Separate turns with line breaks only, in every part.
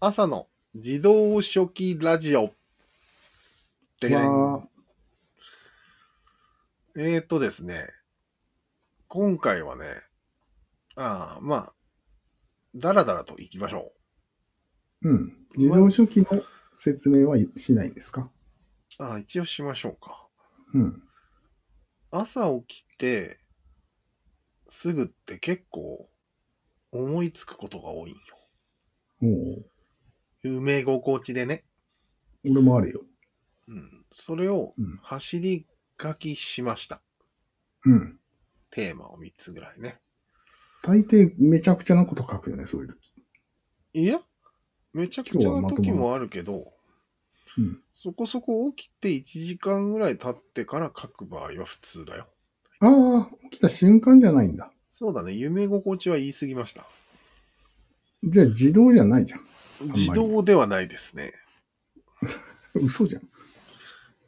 朝の自動書記ラジオ。で
わー
えー、とですね、今回はね、ああ、まあ、だらだらと行きましょ
うん。自動書記の説明はいしないんですか
う。ああ、一応しましょうか。
うん。
朝起きて、すぐって結構思いつくことが多いんよ。
おう
夢心地でね。
俺もあるよ。
うん。それを
うん。
走り書きしました。
うん。
テーマを3つぐらいね。
大抵めちゃくちゃなこと書くよね、そういう時。
いや、めちゃくちゃな時もあるけど、
うん。
そこそこ起きて1時間ぐらい経ってから書く場合は普通だよ。
ああ、起きた瞬間じゃないんだ。
そうだね、夢心地は言い過ぎました。
じゃあ自動じゃないじゃん。まり
自動ではないですね。
嘘じゃ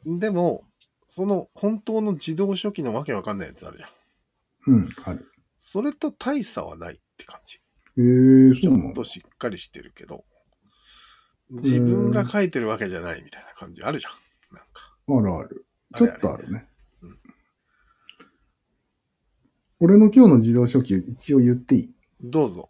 ん。
でも、その本当の自動初期のわけわかんないやつあるじゃん。
うん、ある。
それと大差はないって感じ。
ええ
ち
そう
ょ
な
っ
の
としっかりしてるけど、自分が書いてるわけじゃないみたいな感じあるじゃん。なんか。
あるある。
あ
ちょ
れあ
っ
れ
とあるね
うん。
俺の今日の自動書記一応言っていい
どうぞ。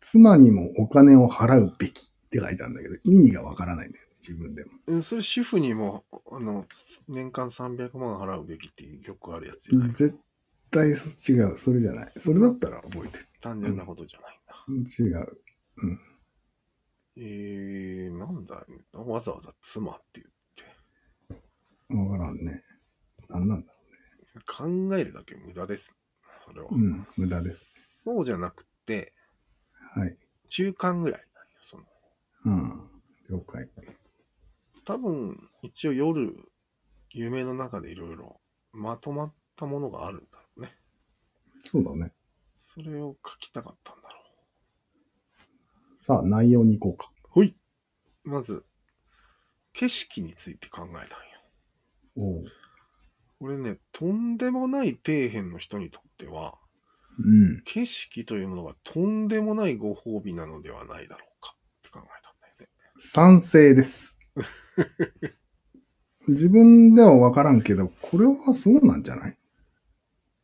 妻にもお金を払うべきって書いてあるんだけど、意味がわからないんだよね、自分でも。
うんそれ主婦にも、あの、年間300万払うべきっていうよくあるやつじゃない。
絶対そ違う、それじゃない。それだったら覚えてる。
単純なことじゃないんだ。
違う。
えー、なんだわざわざ妻っていう。
わからんね。なんなんだ
考えるだけ無駄です。それは。
うん、無駄です。
す。そうじゃなくて、
はい。
中間ぐらいなんよ。その、
うん。了解。
多分、一応夜、夢の中でいろいろまとまったものがあるんだろうね。
そうだね。
それを書きたかったんだろ
さあ、内容に行こうか。
う。ほい。まず、景色について考えたんよ。
おう。
これね、とんでもない底辺の人にとっては、
うん。
景色というものがとんでもないご褒美なのではないだろうかって考えたんだよね。
賛成 です。自分ではわからんけど、これはそうなんじゃない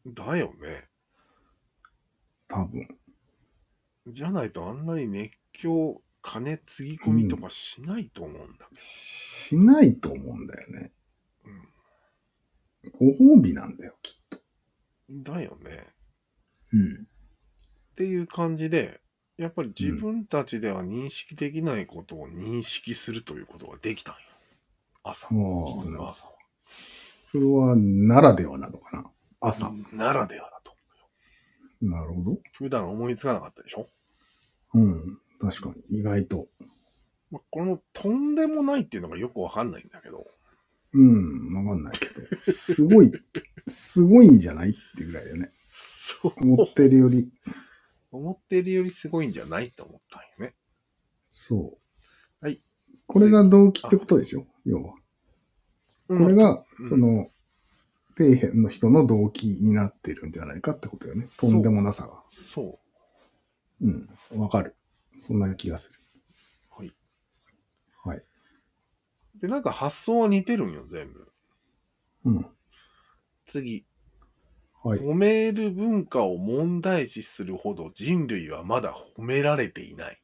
だよね。
多分。
じゃないとあんなに熱狂、金つぎ込みとかしないと思うんだ。
しないと思うんだよね。
う
ご褒美なんだよ、きっと。
ん、だよね。
うん。
っていう感じで、やっぱり自分たちでは認識できないことを認識するということができたんよ。朝。
おー
君の朝は。
それは、ならではなのかな朝。
ならではだと。
なるほど。
普段思いつかなかったでしょ
うん。確かに。意外と。
まあこのとんでもないっていうのがよくわかんないんだけど、
うん。わかんないけど。すごい、すごいんじゃないってぐらいだよね。
そう、
思ってるより。
思っているよりすごいんじゃないと思ったんよね。
そう。
はい。
これが動機ってことでしょ要は。
こ
これ、が、
うん
その、底辺の人の動機になってるんじゃないかってことよね。と
そうん
でもなさが。
そ
うん。わかる。そんな気がする。
う。はい。
はい。
で、なんか発想は似てるんよ、全部。
うん。
次。
はい。
褒める文化を問題視するほど人類はまだ褒められていない。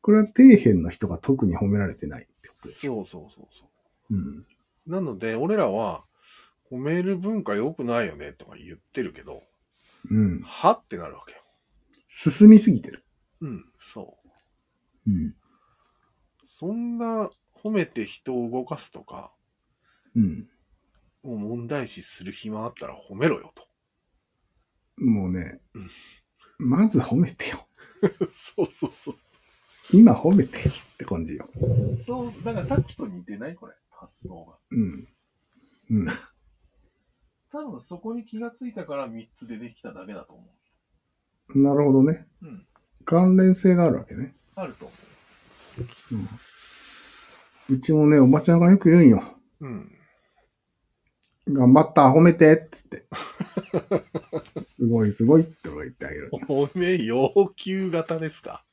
これは底辺の人が特に褒められてないってことです。
そうそうそうそ
うん。
う。なので、俺らは、褒める文化良くないよねとか言ってるけど、
うん。
はってなるわけよ。
進みすぎてる。
うん、そう。
うん。
そんな褒めて人を動かすとか、
うん。
を問題視する暇あったら褒めろよと。
もうね
うん、
まず褒めてよ。
そうそうそう。
今褒めてよって感じよ。
そう、だからさっきと似てないこれ、発想が。
うん。うん。
多分そこに気がついたから3つでできただけだと思
なるほどね。
う。うん、
関連性があるわけね。
あると思
うん。うちもね、おばちゃんがよく言うんよ。
う。うん。
頑張った、褒めてっつって。すごいすごいって俺が言ってあげる。
おめ要求型ですか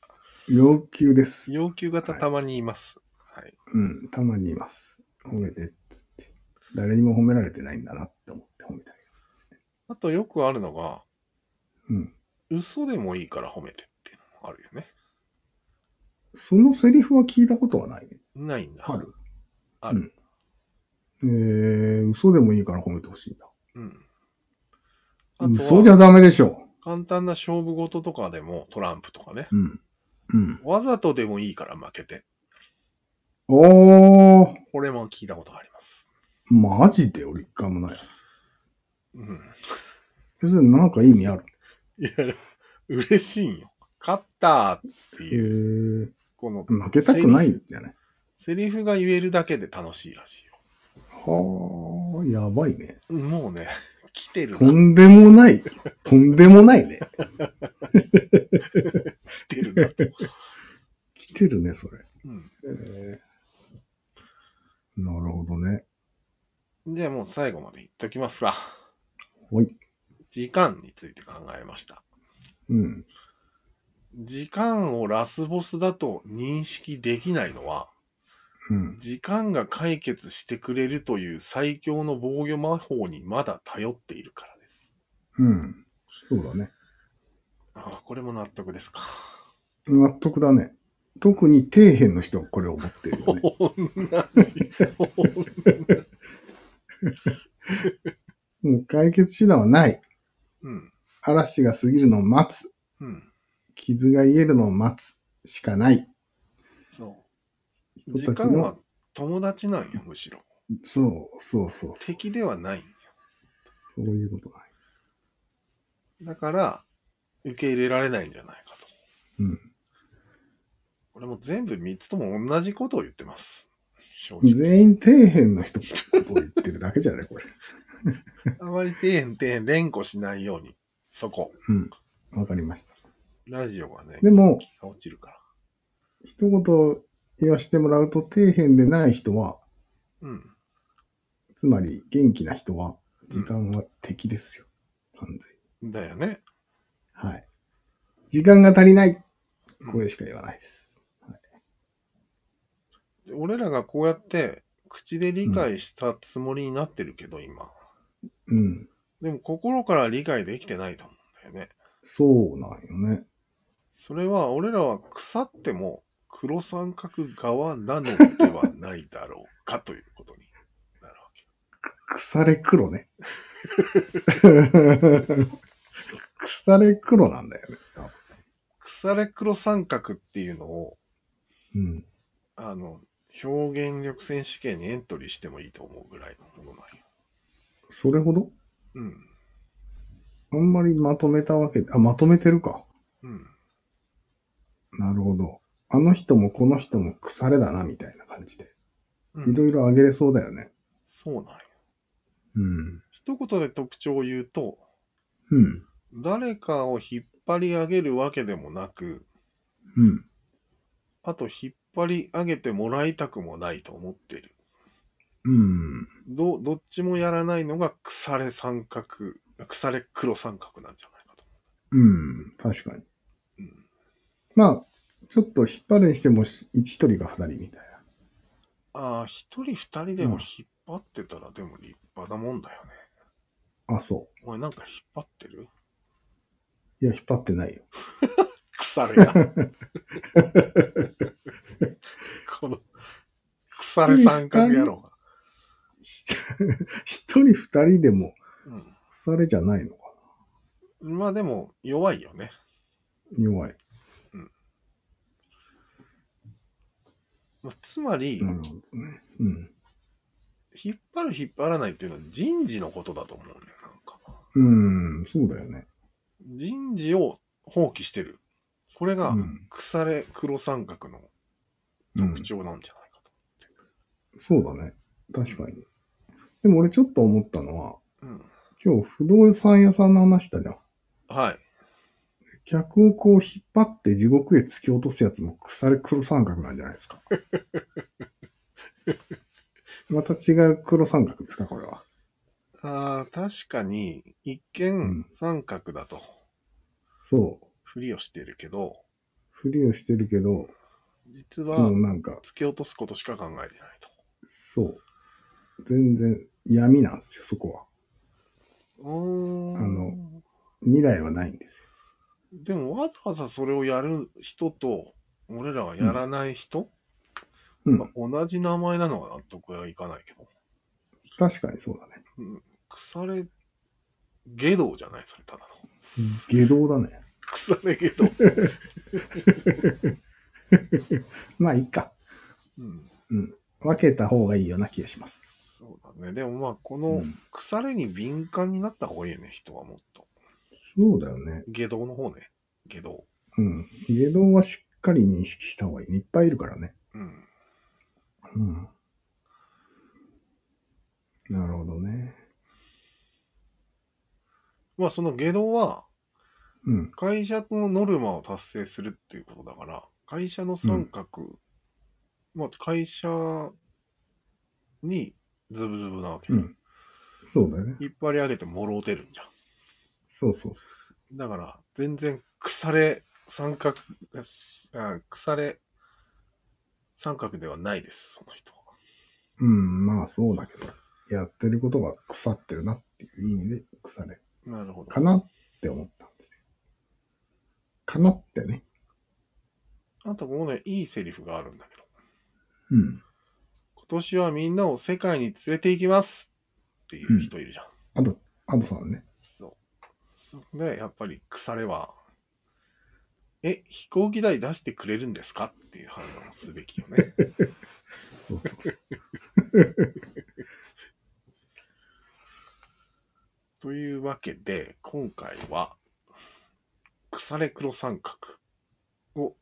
要求です。
要求型たまにいます。はい。
うん、たまにいます。褒めてっつって。誰にも褒められてないんだなって思って褒めてあ
あとよくあるのが、
げる。うん。
嘘でもいいから褒めてっていうのもあるよね。
そのセリフは聞いたことはないね。
ないんだ。
ある
ある。
うんえー、嘘でもいいから褒めてほしいんだ。
うん。あと
嘘じ
は、
ゃダメでしょ。
簡単な勝負事とかでも、トランプとかね。
うん。うん。
わざとでもいいから負けて。
おー、
これも聞いたことがあります。
マジで俺一回もない。
うん。
それなんか意味ある。
いや、嬉しいんよ。勝ったって
え
いう、
ー、
この、
負けたくないんじゃない
セリフが言えるだけで楽しいらしいよ。
はー、やばいね。
もうね、来てる
と
な、
んでもない。とんでもないね。
来てるなと。
来てるね、それ。
うん。
えー、なるほどね。
じゃあもう最後まで言っときますか。
ほい。
時間について考えました。
うん。
時間をラスボスだと認識できないのは、
うん。
時間が解決してくれるという最強の防御魔法にまだ頼っているからです。
うん。そうだね。
ああ、これも納得ですか。
納得だね。特に底辺の人はこれを思ってるよ ね。
同じ。
もう解決手段はない。
うん。
嵐が過ぎるのを待つ。
うん。
傷が癒えるのを待つしかない。
そう。
人
時
たち
間
の
は友達なんよ、むしろ。
そう、そうそう。
敵ではない。
そういうことない。
だから、受け入れられないんじゃないかと。
うん。
これも全部3つとも同じことを言ってます。正直。
全員底辺の人のことを言ってるだけじゃね、これ。
あまり底辺底辺連呼しないように、そこ。
うん。わかりました。
ラジオがね、
でも
気が落ちるから。
一言言わしてもらうと、底辺でない人は、
うん。
つまり元気な人は、時間は敵ですよ。完全に。
だよね。
はい。時間が足りない
うん。
これしか言わないです。
で俺らがこうやって、口で理解したつもりになってるけど、今。
うん。
でも、心から理解できてないと思うんだよね。
そうなんよね。
それは、俺らは腐っても、黒三角側なのではないだろうかということになるわけ。
腐れ黒ね。 腐れ黒なんだよね。
腐れ黒三角っていうのを、
うん。
あの、表現力選手権にエントリーしてもいいと思うぐらいのものなんよ。
それほど
うん。
あんまりまとめたわけで、あ、まとめてるか。
うん。
なるほど。あの人もこの人も腐れだな、みたいな感じで。
う
い
ん、
ろいろあげれそうだよね。
そうなんよ。
うん。
一言で特徴を言うと、
うん。
誰かを引っ張り上げるわけでもなく、
うん。
あと引っ張り上げてもらいたくもないと思ってる。
うん。
ど、どっちもやらないのが腐れ三角、腐れ黒三角なんじゃないかと。
うん。確かに。
うん。
まあ、ちょっと引っ張るにしても、し一人が二人みたいな。
ああ、一人二人でも引っ張ってたら、でも立派なもんだよね。
あ、そ
お前なんか引っ張ってる
う。いや、引っ張ってないよ。
腐れが。この、腐れ三角野郎が。
一人二人でも、
うん
腐れじゃないのか。
まあでも、弱いよね。
な。弱い。
まあ、つまり、
なるほどね。うん。
引っ張る引っ張らないっていうのは人事のことだと思うね。なんか。
うん、そうだよね。
人事を放棄してる。これが
うん、
腐れ黒三角の
うん
特徴なんじゃないかと。
そうだね。確かに。でも俺ちょっと思ったのは、
うん。
今日不動産屋さんの話したじゃん。
はい。
客をこう引っ張って地獄へ突き落とすやつも腐れ黒三角なんじゃないですか。また違う黒三角ですか、これは。
ああ、確かに、一見
うん
三角だと、
そう。
ふりをしてるけど、
ふりをしてるけど、
実
も
は
う、なんか、
突き落とすことしか考えてないと。
そう。全然闇なんですよ、そこは。
うーん
あの、未来はないんですよ。
でもわざわざそれをやる人と、俺らがやらない人、
うん。
まあ同じ名前なのは納得がいかないけど。
確かにそうだね。
腐れ、下道じゃないそれただの。
下道だね。
腐れ下道。
まあ、いいか。
うん。
分けた方がいいような気がします。
そうだね。でもまあ、こ
う
の
ん、
腐れに敏感になった方がいいよね、人はもっと。
そうだよね。
下道の方ね。下道。
うん。下道はしっかり認識した方がいい。いっぱいいるからね。
うん。
うん。なるほどね。
まあ、その下道は、
うん。
会社のノルマを達成するっていうことだから、会社の三角、まあ、会社にズブズブなわけ。
うん。そうだよね。
引っ張り上げてもろうてるんじゃん。
そうそうそ
だから、全然、腐れ、三角、すあ腐れ、三角ではないです、その人は。
う。うん。まあ、そうだけど。やってることが腐ってるなっていう意味で腐れ
なるほど。
かなって思ったんですよ。かなってね。
あと、ここね、いいセリフがあるんだけど。
うん。
今年はみんなを世界に連れて行きますっていう人いるじゃん。
あと、あとさんね。
そう。そんで、やっぱり腐れは、え、飛行機代出してくれるんですかっていう判断をすべきよね。
そうそうそう。
というわけで、今回は、腐れ黒三角を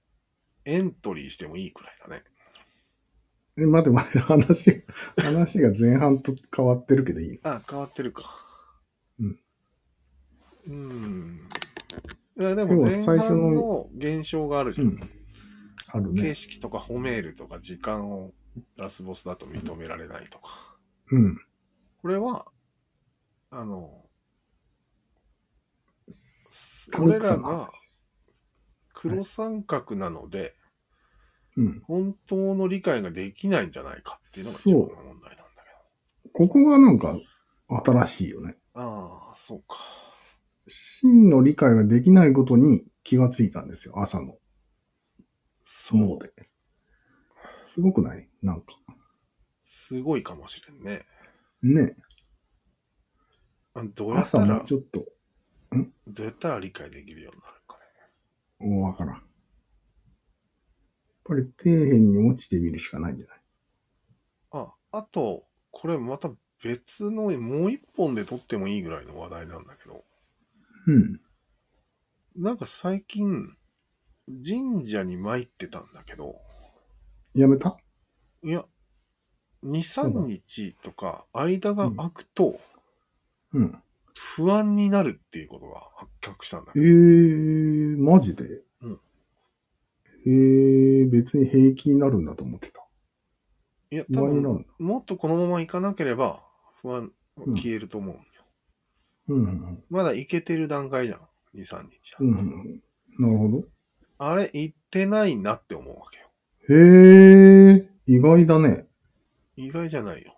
エントリーしてもいいくらいだね。
え、待って待って、話、話が前半と変わってるけどいいの
あ、変わってるか。
うん。
うーん。いやで
で
も
も
前
最初
半の
の
現象があるじゃん。
うんある
形
ね。
式とか褒めるとか時間をラスボスだと認められないとか。
うん。
これは、あの、
神
俺
草
ら
の
が
話
黒三角なので、
うん。
本当の理解ができないんじゃないかっていうのが一番の問題なんだけ
ここがなんか新しいよね。
ど。ああ、そうか。
真の理解ができないことに気がついたんですよ。朝の
そう。
脳で。すごくないなんか。
すごいかもしれんね。
ね。
あどうやっ
朝
た
も
ら、
ちょっと
どうやったら理解できるようになるかね。
わからん。やっぱり底辺に落ちてみるしかないんじゃない
あ、あと、これまた別の、もう一本で撮ってもいいぐらいの話題なんだけど、
うん。
なんか最近、神社に参ってたんだけど、
やめた
いや、2、3日とか間が空くと
うん。
不安になるっていうことが発覚したんだ
え
けど、
ー、マジで
うん。
えー、別に平気になるんだと思ってた。
いや、
不
多
安になる
分
んだ。
もっとこのまま行かなければ不安は
うん
消えると思う。
うんうん
まだ行けてる段階じゃん、2、3日だと、
うん。うんうんうん。なるほど。
あれ、行ってないなって思うわけよ。
へえ、意外だね。
意外じゃないよ。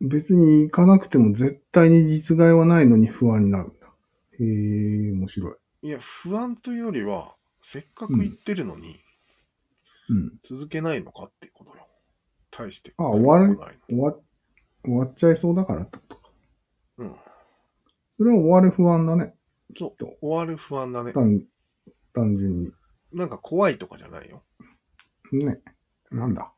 別に行かなくても絶対に実害はないのに不安になるんだ。へえ、面白い。
いや、不安というよりは、せっかく行ってるのに
うん。
続けないのかっていうことよ。対して。
あ終わる
ない
終わ、終わっちゃいそうだからってことか。
の。うん。
それは終わる不安だね。
そう
きっと。
終わる不安だね。
単、単純に。
なんか怖いとかじゃないよ。
ね。なんだ。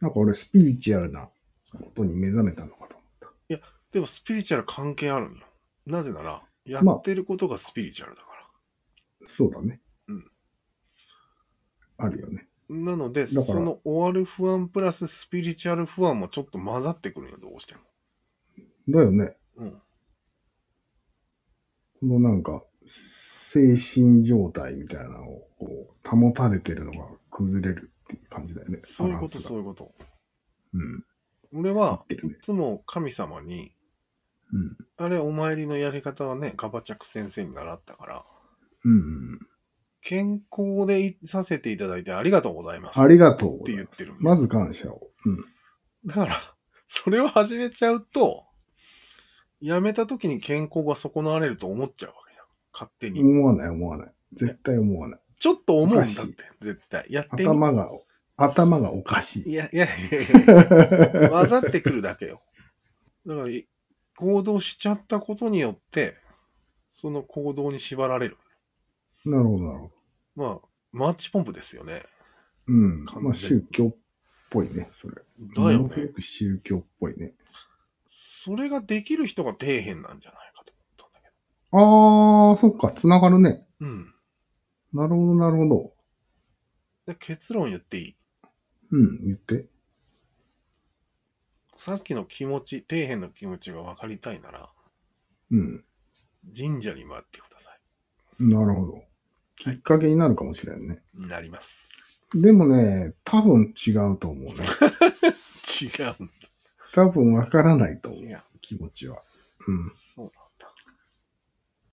なんか俺スピリチュアルなことに目覚めたのかと思っ
でもスピリチュアル関係あるんよ。なぜなら、や
まあ
ってることがスピリチュアルだから。
た。そうだね。
うん。
あるよね。
なので、
だから
その終わる不安プラススピリチュアル不安もちょっと混ざってくるんよ、どうしても。
だよね。
うん。
このなんか、精神状態みたいなのをこう保たれてるのが崩れるっていう感じだよね。
そういうこと、
バランス
そ
が
ういうこと。
うん。
俺
そうな
は
ってる
い
ね
つも神様に
うん。
あれ、お参りのやり方はね、カバチャク先生に習ったから、
うん。
健康でいさせていただいてありがとうございます。
ありがとうございます
って言ってる
まず感謝を。うん。
だから、 それを始めちゃうと、やめた時に健康が損なわれると思っちゃうわけじゃん。勝手に。
思わない、思わない。絶対思わない。
ちょっと思うんだっ
おかしてい、
絶対。やってみ
頭が、頭がおかしい。
いや、いやいやいや。 混ざってくるだけよ。だから、い行動しちゃったことによって、その行動に縛られる。
なるほど、なるほど。
まあ、マッチポンプですよね。
うん
完全。に
まあ宗教っぽいね、それ。
だよ
ものす
ね
ご。く宗教っぽいね。
それができる人が底辺なんじゃないかと思ったんだけ
あー、そっか、つながるね。
ど。うん。
なるほど、なるほど。
で結論言っていい。
うん、言って。
さっきの気持ち、底辺の気持ちが分かりたいなら、
うん。
神社に回ってください。
なるほど。きっかけになるかもしれんね。
なります。
でもね、多分違うと思うね。
違う。
多分わからないと思う。
違う。
気持ちは。うん。
そうなの。